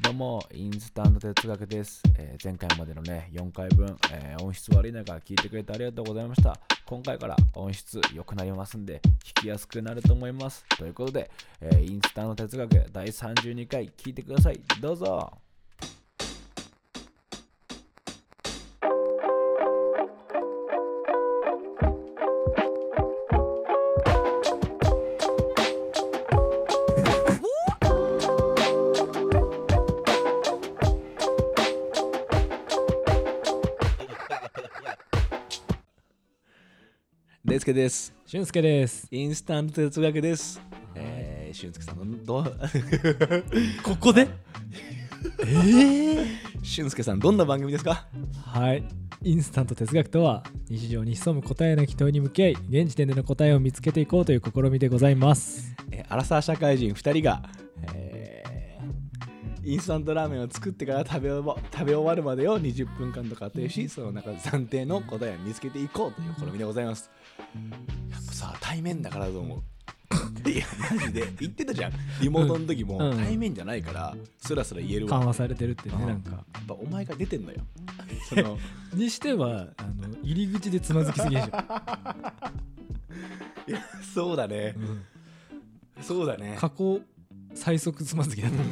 どうも、インスタント哲学です。えー前回までのね、4回分、えー音質悪い中、聞いてくれてありがとうございました。今回から音質良くなりますんで、聞きやすくなると思います。ということで、えーインスタント哲学第32回、聞いてください。どうぞ。大輔です。俊介です。インスタント哲学です。えー、俊介さん の、どう、ここで俊介さん、どんな番組ですかはい。インスタント哲学とは日常に潜む答えなき問いに向き合い現時点での答えを見つけていこうという試みでございます。えーアラサー社会人2人が、えーインスタントラーメンを作ってから食べ終わ食べ終わるまでを20分間と仮定しその中で暫定の答えを見つけていこうという試みでございますやっぱさ対面だからと思ういやマジで言ってたじゃんリモートの時もうんうん対面じゃないからスラスラ言えるわ緩や和されてるってね、うんなんか。っぱお前が出てんの よそのにしてはあの入り口でつまずきす ぎでしょ。そうだねそうだね加工最速つまずきだった。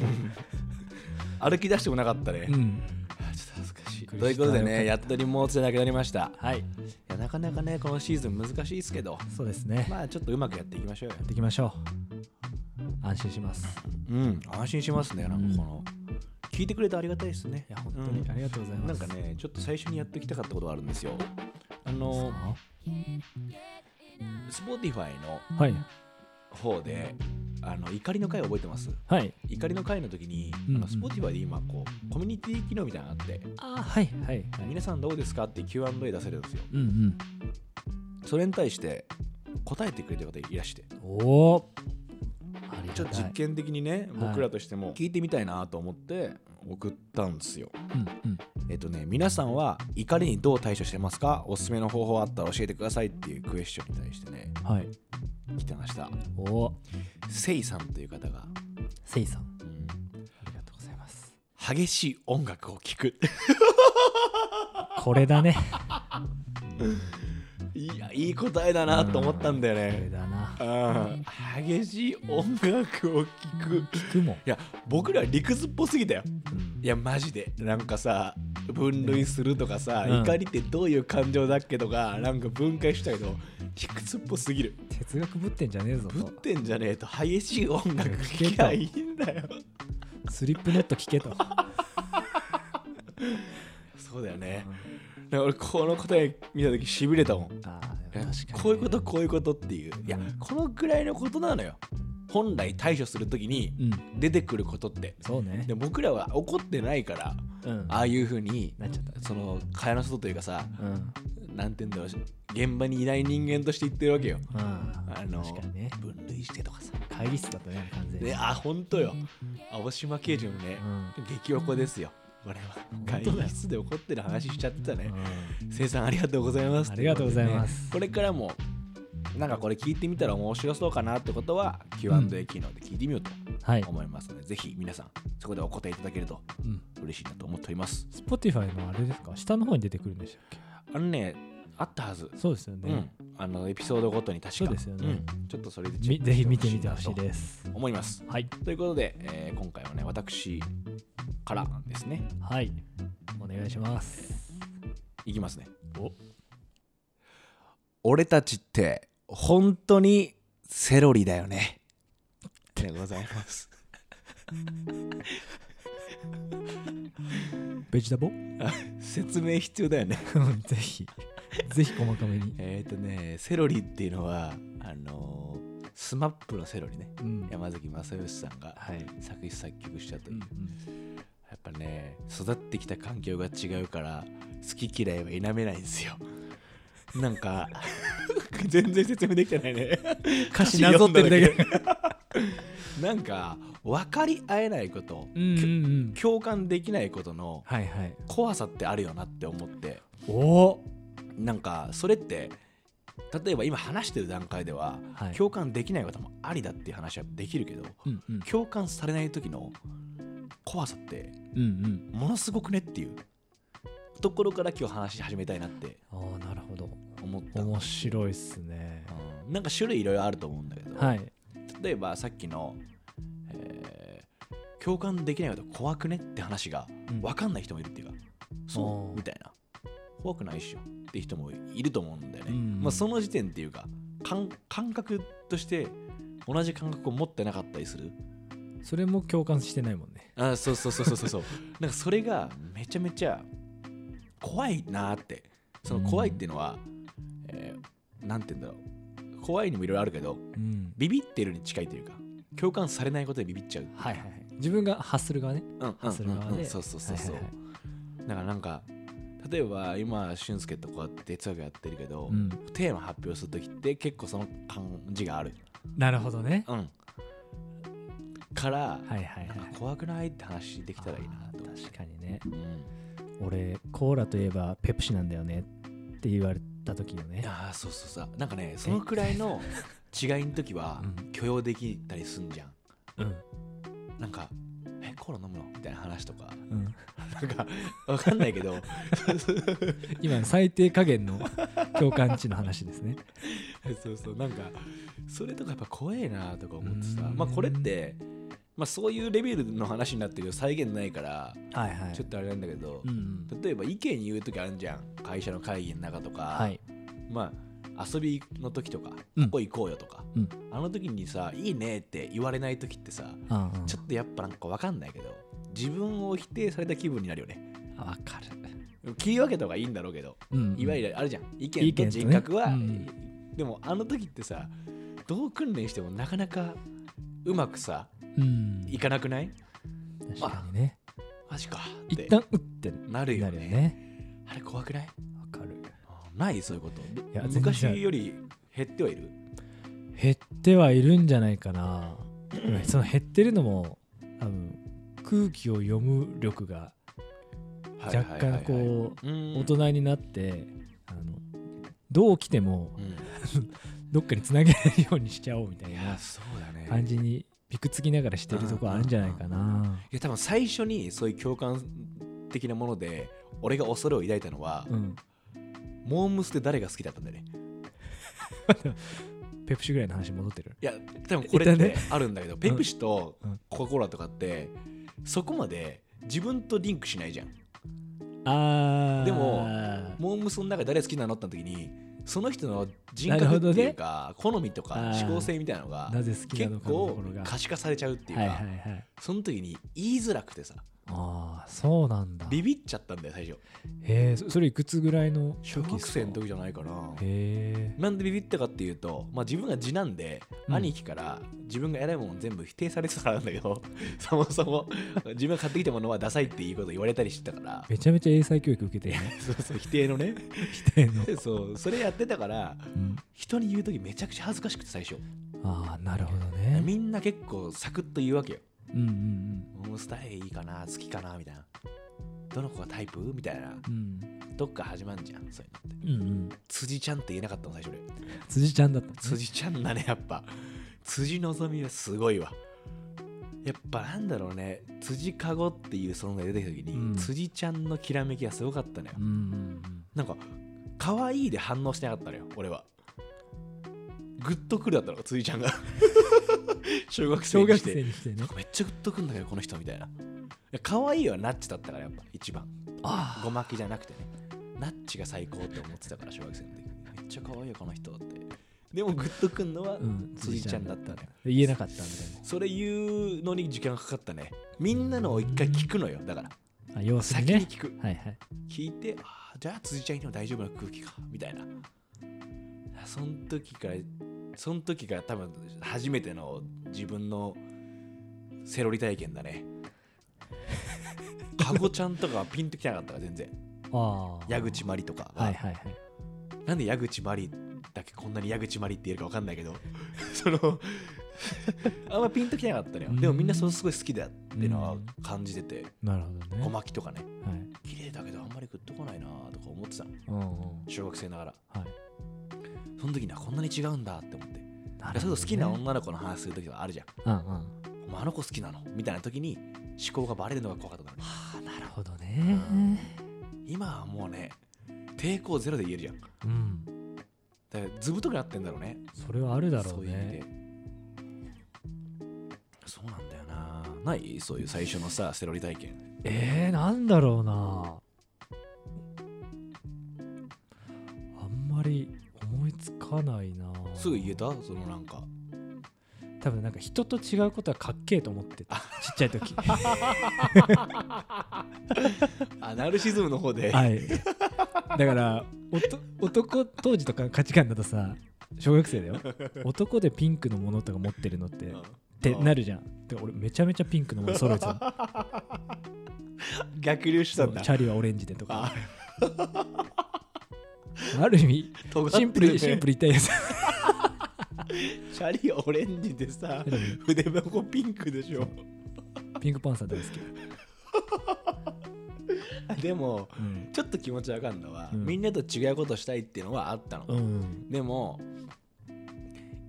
歩き出してもなかったね、うちょっん。と恥ずかしいびっくりしたということでねやっとリモートじゃなくなりましたはい。いやなかなかねこのシーズン難しいですけどそうですね。やまあちょっとうまくやっていきましょうよっていきましょう。安心します。うん安心しますねなんかこの、聞いてくれてありがたいですねいや本当にありがとうございなまんす。かねちょっと最初にやっておきたかったことがあるんですよあのスポーティファイのはい方であの怒りの会覚えてますはい。怒りの会の時に、うんあのスポーティファイで今こうコミュニティ機能みたいなのがあって、あはいはいはい。皆さんどうですかって Q&A 出せるんですようんそれに対して答えてくれてる方いらしてうん。おお。ちょっと実験的にね、はい僕らとしても聞いてみたいなと思って送ったんですよ。うんうん。えっとね、皆さんは怒りにどう対処してますかおすすめの方法あったら教えてくださいっていうクエスチョンに対してね、はい。来てました。おお。せいさんという方が、せいさん。うんありがとうございます。激しい音楽を聴く。 これだね。いや、いい答えだなと思ったんだよこれね。だな。うん、激しい音楽を聴く。聞くもん。いや、僕ら理屈っぽすぎたよ。いやマジでなんかさ分類するとかさ、うん怒りってどういう感情だっけとかなんか分解したけど理屈っぽすぎる哲学ぶってんじゃねえぞぶっと。てんじゃねえと激しい音楽聴きゃいいんだよスリップネット 聞けと。そうだよねだから俺この答え見た時しびれたもんああ、え確かに。こういうことこういうことっていういやこのくらいのことなのよ本来対処する時にうん。出てくることってそうねで。僕らは怒ってないからうん。ああいう風になっちゃった。その蚊帳の外というかさうん。なんて言うんだろう現場にいない人間として言ってるわけよああの確かにね。分類してとかさ会議室だったね、完全に。であ本当よ青島刑事もねう、ん。激おこですよ我々は本会当だよ議室で怒ってる話しちゃってたうねん生さんありがとうございますありがとうございますとうことでねこれからもなんかこれ聞いてみたら面白そうかなってことは Q&A 機能で聞いてみようとはい。思いますので、ぜひ皆さんそこでお答えいただけるとうん。嬉しいなと思っております。 Spotify のあれですか下の方に出てくるんでしたっけあのねあったはず、そうですよね。うん、あのエピソードごとに確かそうですよねうんちょっとそれでチェみックぜひ見てみしてなほとしいです。思います。はい。ということで、えー今回はね、私からですね、はい。お願いします。いきますね。お俺たちって、本当にセロリだよね。でございます。ベジタボ説明必要だよね。 ぜひ。ぜひ細かめに。えっとね、セロリっていうのは、あのー、スマップのセロリね、うん山崎正義さんがはい。作詞作曲したとう。いうんやっぱね育ってきた環境が違うから好き嫌いは否めないんですよなんか 全然説明できてないね歌詞なぞってるだけ。なんか分かり合えないこと、うんうんうん。共感できないことのはいはい。怖さってあるよなって思っておお。なんかそれって例えば今話してる段階では、はい共感できないこともありだっていう話はできるけどうんうん。共感されない時の怖さってうんものすごくねっていうところから今日話し始めたいなってうんああなるほど思った面白いっすねうんなんか種類いろいろあると思うんだけど、はい例えばさっきの、えー共感できないこと怖くねって話がうん分かんない人もいるっていうか、おそーうみたいな怖くないっしょって人もいると思うんだよね、うんまあ、その時点っていうか感感覚として同じ感覚を持ってなかったりするそれも共感してないもんねあそうそうそうそう そうそうなんかそれがめちゃめちゃ怖いなーってその怖いっていうのは、えーなんて言うんだろう怖いにもいろいろあるけどうんビビってるに近いというか共感されないことでビビっちゃうはいはいはい自分が発する側ねうんうん発する側うんうでんそうそうそうそう、はいはいはいだからなんか例えば今俊介とこうやって哲学やってるけど、うんテーマ発表する時って結構その感じがあるなるほどねうんから、はいはいはなんいか怖くないって話できたらいいなあとー確かにねうん俺コーラといえばペプシなんだよねって言われた時のねああそうそうそうなんかねそのくらいの違いの時はうん許容できたりすんじゃんうんなんかえコーラ飲むのみたいな話とかうんなんかわかんないけど 今の最低加減の共感値の話ですね そうそうなんかそれとかやっぱ怖えなとか思ってうさーんまあこれって、まあ、そういうレベルの話になってるけど再現ないから はいはちょっとあれなんだけど、うんうん例えば意見言う時あるじゃん会社の会議の中とか、はいまあ遊びの時とかうんここ行こうよとか、うんあの時にさ「いいね」って言われない時ってさああちょっとやっぱなんか分かんないけど自分を否定された気分になるよねあわかる切り分けた方がいいんだろうけどうんいわゆるるあるじゃん意意見見ととね人格は、うんでもあの時ってさどう訓練してもなかなかうまくさうんいかなくない確かにねマジかって一旦うってななるるよよねねあれ怖くないわかるあないそういうことや全然昔より減ってはいる減ってはいるんじゃないかなその減ってるのも多分空気を読む力がはい若はいはいはい干こううん大人になってあのどう来てもうんどっかにつなげれるようにしちゃおうみたいいなやそうだね感じにびくつきながらしてるとこあるんじゃないかうんな。いや多分最初にそういう共感的なもので俺が恐れを抱いたのは、うん、モームスって誰が好きだったんだよねペプシぐらいの話戻ってる。いや多分これっいたねてあるんだけど、ペプシとうんコカ・コーラとかってそこまで自分とリンクしないじゃんあーでもモームスの中で誰好きなのって時にその人の人格っていうか、好みとあかー思考性みたいなのがなぜ好きな結のかのと構ころが。可視化されちゃうっていうか、はいはいはい。その時に言いづらくてさああそうなんだ。ビビっちゃったんだよ最初へえそそれいくつぐらいの小時っ学すか生の時じゃないかなへえ。なんでビビったかっていうと、まあ、自分が次男で、うん兄貴から自分が偉いものを全部否定されてたからなんだけど そもそも自分が買ってきたものはダサいっていうことを言われたりしてた からめちゃめちゃ英才教育受けてるね。そうそう否定のね否定の。で そうそれやってたからうん人 に言う時めちゃくちゃ恥ずかしくて最初ああなるほどね。みんな結構サクッと言うわけようんうん「モンスターいいかな好きかな」みたいな「どの子がタイプ?」みたいなうん。うんどっか始まんじゃんそういうのってうんうん。辻ちゃんって言えなかったの最初俺辻ちゃんだったのね。辻ちゃんだねやっぱ辻のぞみはすごいわやっぱなんだろうね辻かごっていうそのが出てきた時に、うん辻ちゃんのきらめきがすごかったのよ、うんうんうん。なんか可愛いで反応しなかったのよ俺はグッとくるだったの辻ち ゃんが小学生小に学して生にしてねなん。かめっちゃグッとくんだけどこの人みたいないや可愛いはナッチだったからやっぱ一番あごまきじゃなくてねナッチが最高って思ってたから小学生の時めっちゃ可愛いよこの人ってでもグッとくんのはうん辻ちゃんだったね言えなかったんだよそれ言うのに時間かかったねみんなのを一回聞くのよだからあ要するに先にね聞くはいはい聞いてあーじゃあ辻ちゃんいても大丈夫な空気かみたいなその時からその時が多分初めての自分のセロリ体験だ ねかごちゃんとかはピンときてなかったから全然ああ矢口まりとかがはいはいはいなんで矢口まりだけこんなに矢口まりって言えるか分かんないけど そのあんまピンときなかったのようんでもみんなそれすごい好きだっていうのは感じててなるほどねごまきとかねはい綺麗だけどあんまりグッとこないなとか思ってたのうんうん小学生ながらはいその時にはこんなに違うんだって思ってなでそれるほどこねそ好きな女の子の話する時とかあるじゃんうんうんお前あの子好きなのみたいな時に思考がバレるのが怖かったからあなるほどね今はもうね抵抗ゼロで言えるじゃんだかうんら図太くなってんだろうねそれはあるだろそうういう意味でねそうなんだよなないそういう最初のさセロリ体験えー、なんだろうなあんまり思いつかないなすぐ言えたそのなんか多分なんか人と違うことはかっけえと思って たちっちゃい時あナルシズムの方ではいだからおと男当時とか価値観だとさ小学生だよ男でピンクのものとか持ってるのってってなるるじゃんで俺めちゃめちゃピンクのもの揃 えてたの逆流してたんだチャリはオレンジでとかあ ある 意味尖ってるねシンプルシンプル痛いやつ チャリオレンジでさ筆箱ピンクでしょピンクパンサー大好き、でもうんちょっと気持ちわかんのは、うんみんなと違うことしたいっていうのはあったの、うん、でも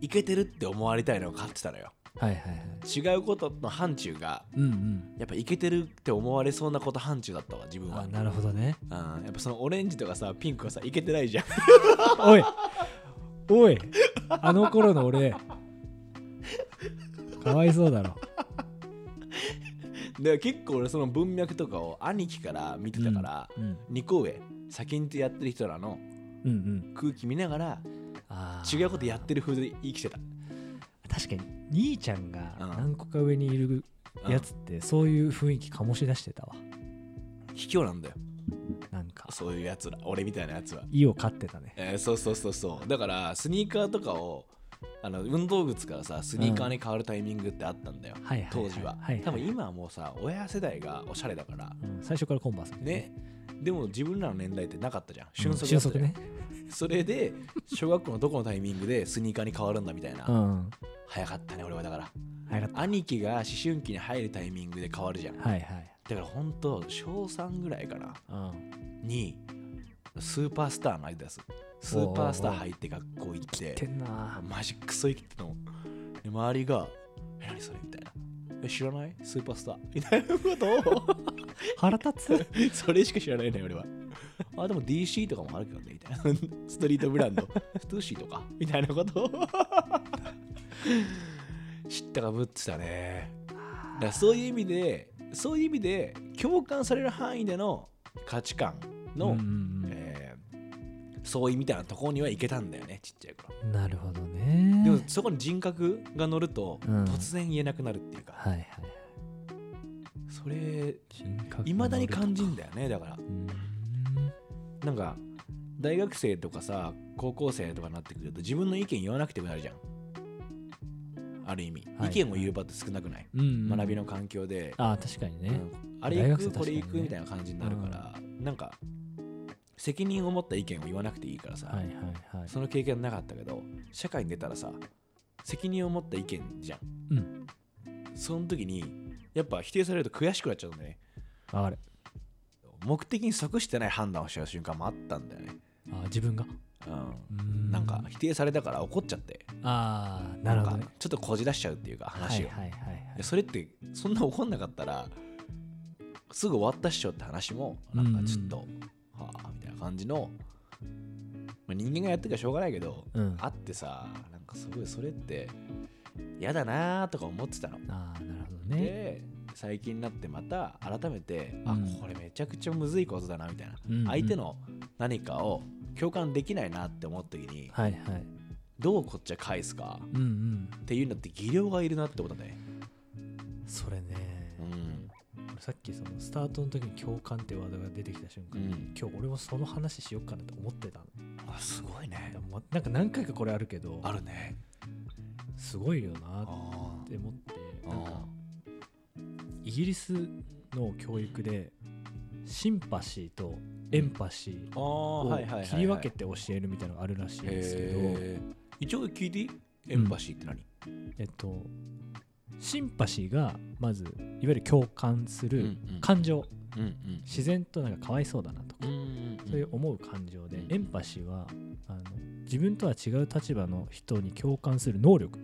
イケてるって思われたいのを勝ってたのよはいはいはい違うことの範疇がうんうんやっぱイケてるって思われそうなこと範疇だったわ自分はあなるほどねうん、やっぱそのオレンジとかさピンクはさイケてないじゃん おいおいあの頃の俺かわいそうだろで結構俺その文脈とかを兄貴から見てたから、うん2個上先にやってる人らのうんうん空気見ながらあー違うことやってる風で生きてた、確かに兄ちゃんがうん何個か上にいるうんやつってそういう雰囲気醸し出してたわ卑怯なんだよなんかそういうやつら俺みたいなやつは意を飼ってたねえーそうそうそうそうだからスニーカーとかをあの運動靴からさスニーカーに変わるタイミングってあったんだよ、はいはいい当時は、いい多分今はもうさ親世代がおしゃれだからうん最初からコンバースねでも自分らの年代ってなかったじゃんうん瞬足だったじゃんねそれで小学校のどこのタイミングでスニーカーに変わるんだみたいな、うん早かったね俺はだから早かった兄貴が思春期に入るタイミングで変わるじゃんだはいはいからほんと小3ぐらいかなうんにスーパースターのアイダススーパースター入って学校行っててんなマジクソ生きてたの。で、周りが、え、何それみたいな。え、知らないスーパースター。みたいなことを、腹立 つそれしか知らないね、俺は。 あ、でも DC とかもあるけどね、みたいな。 ストリートブランド。 ストゥーシーとか、みたいなことを。 知ったかぶってたね。だからそういう意味で、そういう意味で、共感される範囲での価値観の、うんうんえー相違みたいなところには行けたんだよね、ちっちゃい頃。うんなるほどねでもそこに人格が乗ると、うん突然言えなくなるっていうかはいはいそれ人格いまだに感じじんだよねだからうんなんか大学生とかさ高校生とかになってくると自分の意見言わなくてもなるじゃんある意味、はい意見を言う場って少なくない、うん学びの環境で、ああ確かにうねんあれ行大学く、生これ行確かくにねみたいな感じになるから、なんか責任を持った意見を言わなくていいからさ、はいはいはいその経験なかったけど社会に出たらさ責任を持った意見じゃんうんその時にやっぱ否定されると悔しくなっちゃうんだねああれ目的に即してない判断をしちゃう瞬間もあったんだよね、あ自分がう、うんんなんか否定されたから怒っちゃってああなるほどんねかちょっとこじらしちゃうっていうかは話いを、はいはいはいでそれってそんな怒んなかったらすぐ終わったっしょって話もなんかちょっと、はあみたいな感じの、まあ、人間がやってるからしょうがないけど、うんあってさなんかすごいそれって嫌だなーとか思ってたのああなるほどねで最近になってまた改めて、うんあこれめちゃくちゃむずいことだなみたいな、うんうん相手の何かを共感できないなって思った時に、はいはいどうこっちは返すかうんうんっていうのって技量がいるなってことだね、それねうん、俺さっきそのスタートの時に共感ってワードが出てきた瞬間に、うん今日俺もその話しようかなと思ってたのあすごいねでもなんか何回かこれあるけどあるねすごいよなっあて思ってーなんかイギリスの教育でシンパシーとエンパシーあーはいはいはいはをい切り分けて教えるみたいなのがあるらしいんですけど、へー一応聞いていいエンパシーって何、えっとシンパシーがまずいわゆる共感すうんるうん感情、うんうん自然となんかかわいそうだなとかうんうんうんそういう思う感情で、うんエンパシーはあの自分とは違う立場の人に共感する能力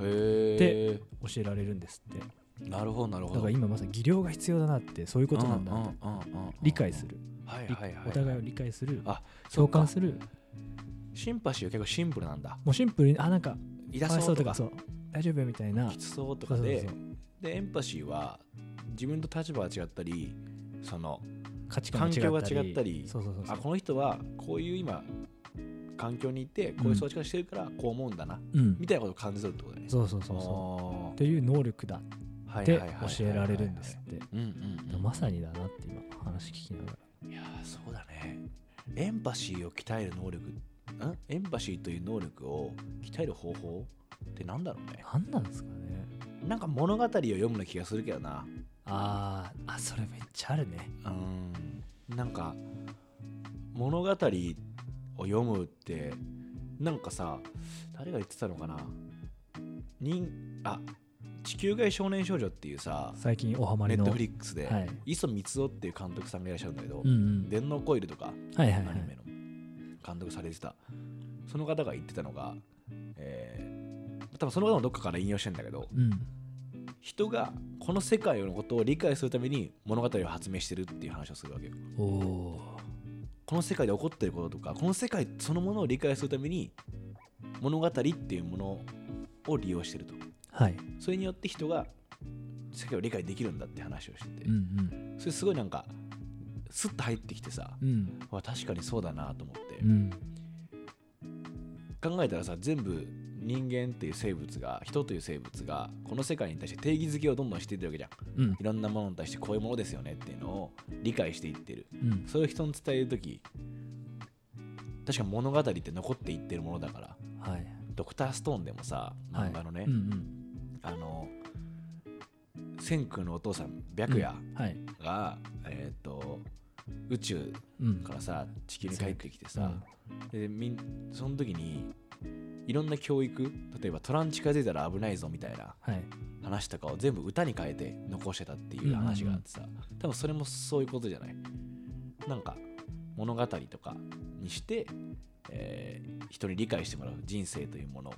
へー教えられるんですってなるほどなるほだどから今まさに技量が必要だなってそういうことなんだうっんてうんうんうん理解する、はい理はいはいお互いを理解するあ共感するシンパシーは結構シンプルなんだもうシンプルにあなんか痛かわいそそううととかかそう大丈夫よみたいなきつそうとかそうそうでそうでエンパシーは自分と立場が違ったりその価値観が違ったり環境が違ったりそうそうそうそあうこの人はこういう今環境にいてこういう育ち方してるからこう思うんだな、うんみたいなことを感じ取るってことだねそうそうそうそうそっていう能力だうって教えられるんですってうんうんうん、まさにだなって今話聞きながらいやーそうだねエンパシーを鍛える能力んエンパシーという能力を鍛える方法ってなんだろうね何なんですかねなんか物語を読むの気がするけどなあーあそれめっちゃあるねうんなんか物語を読むってなんかさ誰が言ってたのかな人あ地球外少年少女っていうさ最近おはまネりッのトフリックスで、はい磯光雄っていう監督さんがいらっしゃるんだけど、うんうん電脳コイルとかはいはいはアいニメの監督されてた、その方が言ってたのが、えー多分その方もどっかから引用してんだけどうん人がこの世界のことを理解するために物語を発明してるっていう話をするわけよおおこの世界で起こってることとかこの世界そのものを理解するために物語っていうものを利用してるとはいそれによって人が世界を理解できるんだって話をしてて、うんそれすごいなんかスッと入ってきてさうんうんわ確かにそうだなと思って、うん考えたらさ全部人間っていう生物が人という生物がこの世界に対して定義づけをどんどんしていってるわけじゃんうんいろんなものに対してこういうものですよねっていうのを理解していってるうんそれを人に伝える時確か物語って残っていってるものだからはいドクターストーンでもさはい漫画のね、うんうんあの千空のお父さん白夜はいが、えーっと宇宙うんからさ地球に帰ってきてうさん、でみんその時にいろんな教育例えばトラン近づいたら危ないぞみたいなはい話とかを全部歌に変えて残してたっていう話があってさ、多分それもそういうことじゃないなんか物語とかにして、えー人に理解してもらう人生というものを、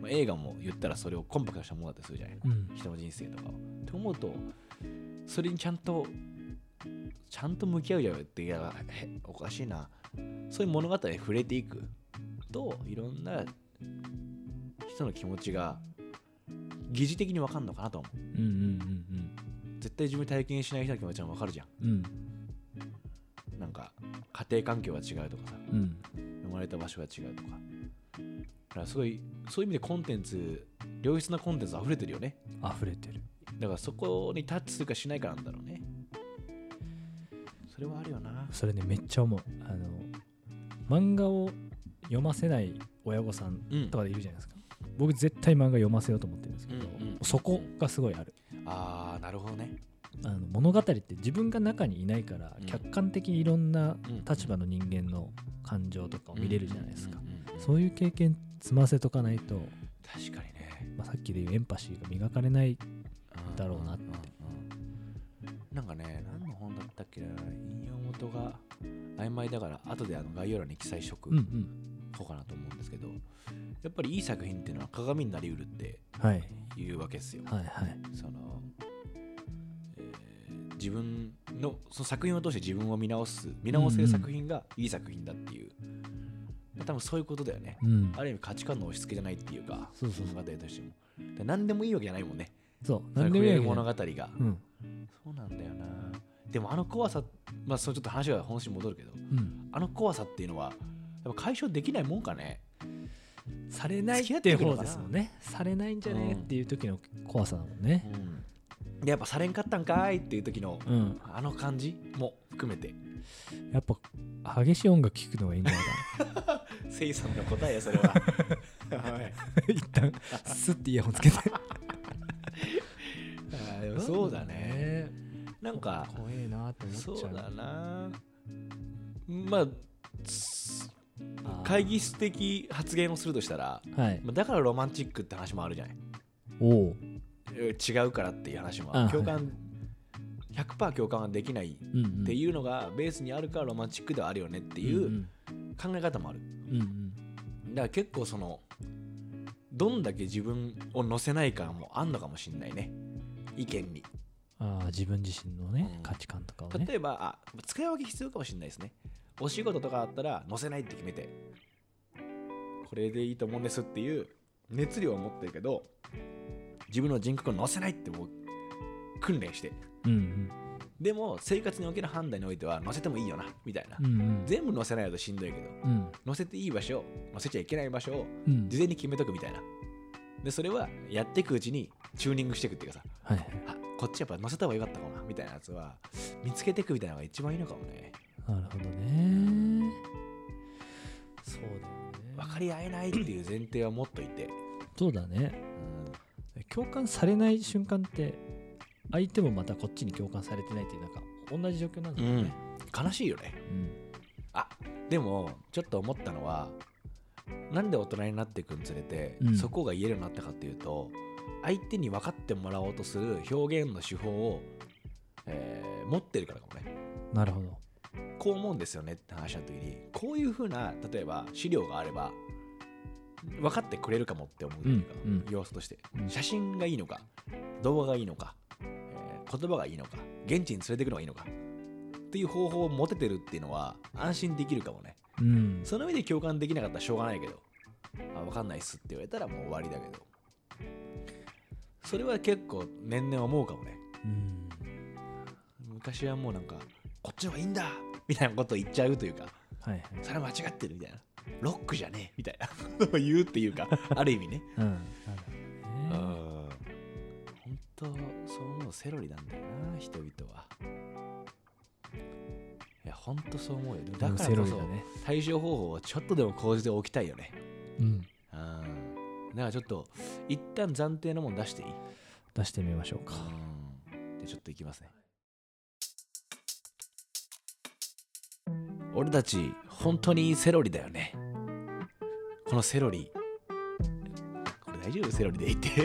まあ映画も言ったらそれをコンパクトにしたものだったりするじゃないうん人の人生とかを。って思うとそれにちゃんとちゃんと向き合うよっていやへおかしいなそういう物語に触れていくといろんな人の気持ちが疑似的に分かるのかなと思ううんうん絶対自分体験しない人の気持ちも分かるじゃうんうんんなんか家庭環境が違うとかさうんうん生まれた場所が違うとかだからすごいそういう意味でコンテンツ良質なコンテンツ溢れてるよね溢れてるだからそこにタッチするかしないかなんだろうね。それはあるよな。それねめっちゃ思うあの漫画を読ませない親御さんうんとかでいるじゃないですか僕絶対漫画読ませようと思ってるんですけど、うんうんそこがすごいあるああ、なるほどね。あの物語って自分が中にいないからうん客観的にいろんなうん立場の人間の感情とかを見れるじゃないですかうんうんうんうんそういう経験積ませとかないと、確かにね。まあ、さっきで言うエンパシーが磨かれないうんだろうなって。うんうんなんかね、何の本だったっけな、引用元が曖昧だから、後であの概要欄に記載しとくうんうんこうかなと思うんですけど、やっぱりいい作品っていうのは鏡になりうるってはいいうわけですよ。はいはいその、えー自分のその作品を通して自分を見直す見直せる作品がいい作品だっていう、まあ多分そういうことだよね、うんある意味価値観の押し付けじゃないっていうかそうそうそう物語としてもで何でもいいわけじゃないもんねそう何でもいいそれ触れるわけ物じ語が、ゃないうんそうなんだよなでもあの怖さまあそのちょっと話が本心に戻るけどうんあの怖さっていうのはやっぱ解消できないもんかねされないっ付き合ってていいうくの方かなですもんねされないんじゃねえっていう時の怖さだもんねうんでやっぱされんかったんかーいっていう時のうんあの感じも含めてやっぱ激しい音楽聴くのがいいんじゃないかせいさんの答えやそれははいな 一旦スッてイヤホンつけてあーでもそうだねなんか怖えなってそ思っちゃううだなまあつ会議室的発言をするとしたらはいまあだからロマンチックって話もあるじゃないおおえー違うからっていう話もあはい共感100%共感ができないっうんうんていうのがベースにあるからロマンチックではあるよねっていんう考え方もあるうんうんだから結構そのどんだけ自分を乗せないかもあんのかもしんないねうん意見にあー自分自身のうねん価値観とかをね例えばあ使い分け必要かもしれないですねお仕事とかあったら載せないって決めてこれでいいと思うんですっていう熱量を持ってるけど自分の人格を載せないってもう訓練してうんでも生活における判断においては載せてもいいよなみたいな、うんうん全部載せないとしんどいけどうんうん載せていい場所載せちゃいけない場所をうん事前に決めとくみたいなでそれはやっていくうちにチューニングしていくっていうかさはいあこっちやっぱ載せた方が良かったかもなみたいなやつは見つけていくみたいなのが一番いいのかもねなるほどねそうだよね分かり合えないっていう前提は持っといて、そうだね共感されない瞬間って相手もまたこっちに共感されてないっていうなんか同じ状況なんだよね、悲しいよねうんあでもちょっと思ったのはなんで大人になっていくにつれて、うんそこが言えるようになったかっていうと相手に分かってもらおうとする表現の手法を、えー持ってるからかもねなるほどこう思うんですよねって話した時にこういうふうな例えば資料があれば分かってくれるかもって思うというか、うんうん様子として、うん写真がいいのか動画がいいのか、えー言葉がいいのか現地に連れていくのがいいのかっていう方法を持ててるっていうのは安心できるかもねうんその上で共感できなかったらしょうがないけどあ分かんないっすって言われたらもう終わりだけどそれは結構年々思うかもねうん昔はもうなんかこっちの方がいいんだみたいなことを言っちゃうというかはいはいそれは間違ってるみたいなロックじゃねえみたいな ことを言うっていうかある意味ねうんなるうんほどね本当そう思うセロリなんだよな人々はいや本当そう思うよでもだからセロこリそだね対処方法をちょっとでも講じておきたいよねうんうんだからちょっと一旦暫定のもん出していい出してみましょうか でちょっといきますね俺たち本当にセロリだよねこのセロリこれ大丈夫セロリでいて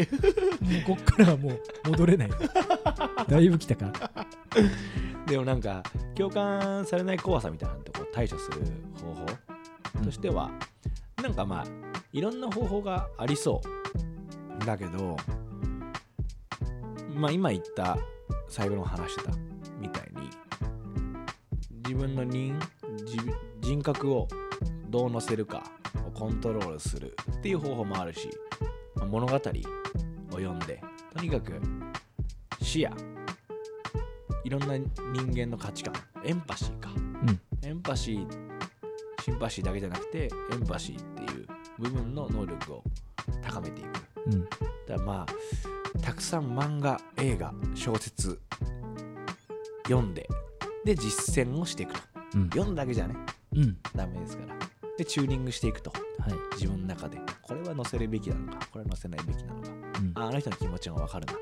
もうこっからはもう戻 れないだいぶ来たかでもなんか共感されない怖さみたいなのとこ対処する方法としてはなんかまあいろんな方法がありそうだけどまあ今言った最後の話してたみたいに自分の人自人格をどう乗せるかをコントロールするっていう方法もあるし、まあ物語を読んでとにかく視野いろんな人間の価値観エンパシーかうんエンパシーシンパシーだけじゃなくてエンパシーっていう部分の能力を高めていくうんだからまあたくさん漫画映画小説読んでで実践をしていくとうん読んだだけじゃねうんダメですからでチューニングしていくとはい自分の中でこれは載せるべきなのかこれは載せないべきなのかうんああの人の気持ちが分かるな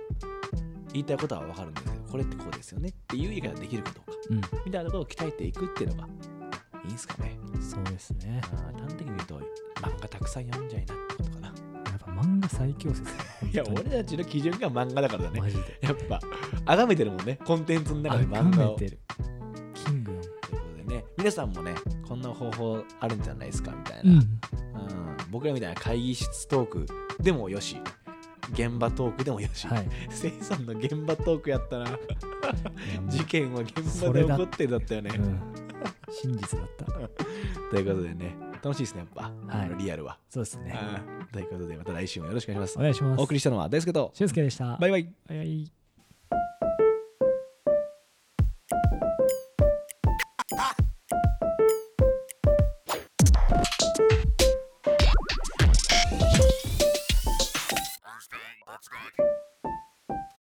言いたいことは分かるんですけどこれってこうですよねっていう言い方ができるかどうかうんみたいなところを鍛えていくっていうのがいいんすかねそうですねあー端的に言うと漫画たくさん読んじゃいなってことかなやっぱ漫画最強説だねいや本当俺たちの基準が漫画だからだにねマジで やっぱ崇めてるもんねコンテンツの中であ漫画を考えてるキングということでね皆さんもねこんな方法あるんじゃないですかみたいダな、ムうん僕らみたいな会議室トークでもよし現場トークでもよし、はいせいさんの現場トークやったらいやもう事件は現場そでれ起だこってるだったよね、うん真実だったということでね楽しいですねやっぱ、はいあのリアルは、そうですねうんということでまた来週もよろしくお願いしおます願いしますお送りしたのは大輔と俊介でしたバイバイバイバイ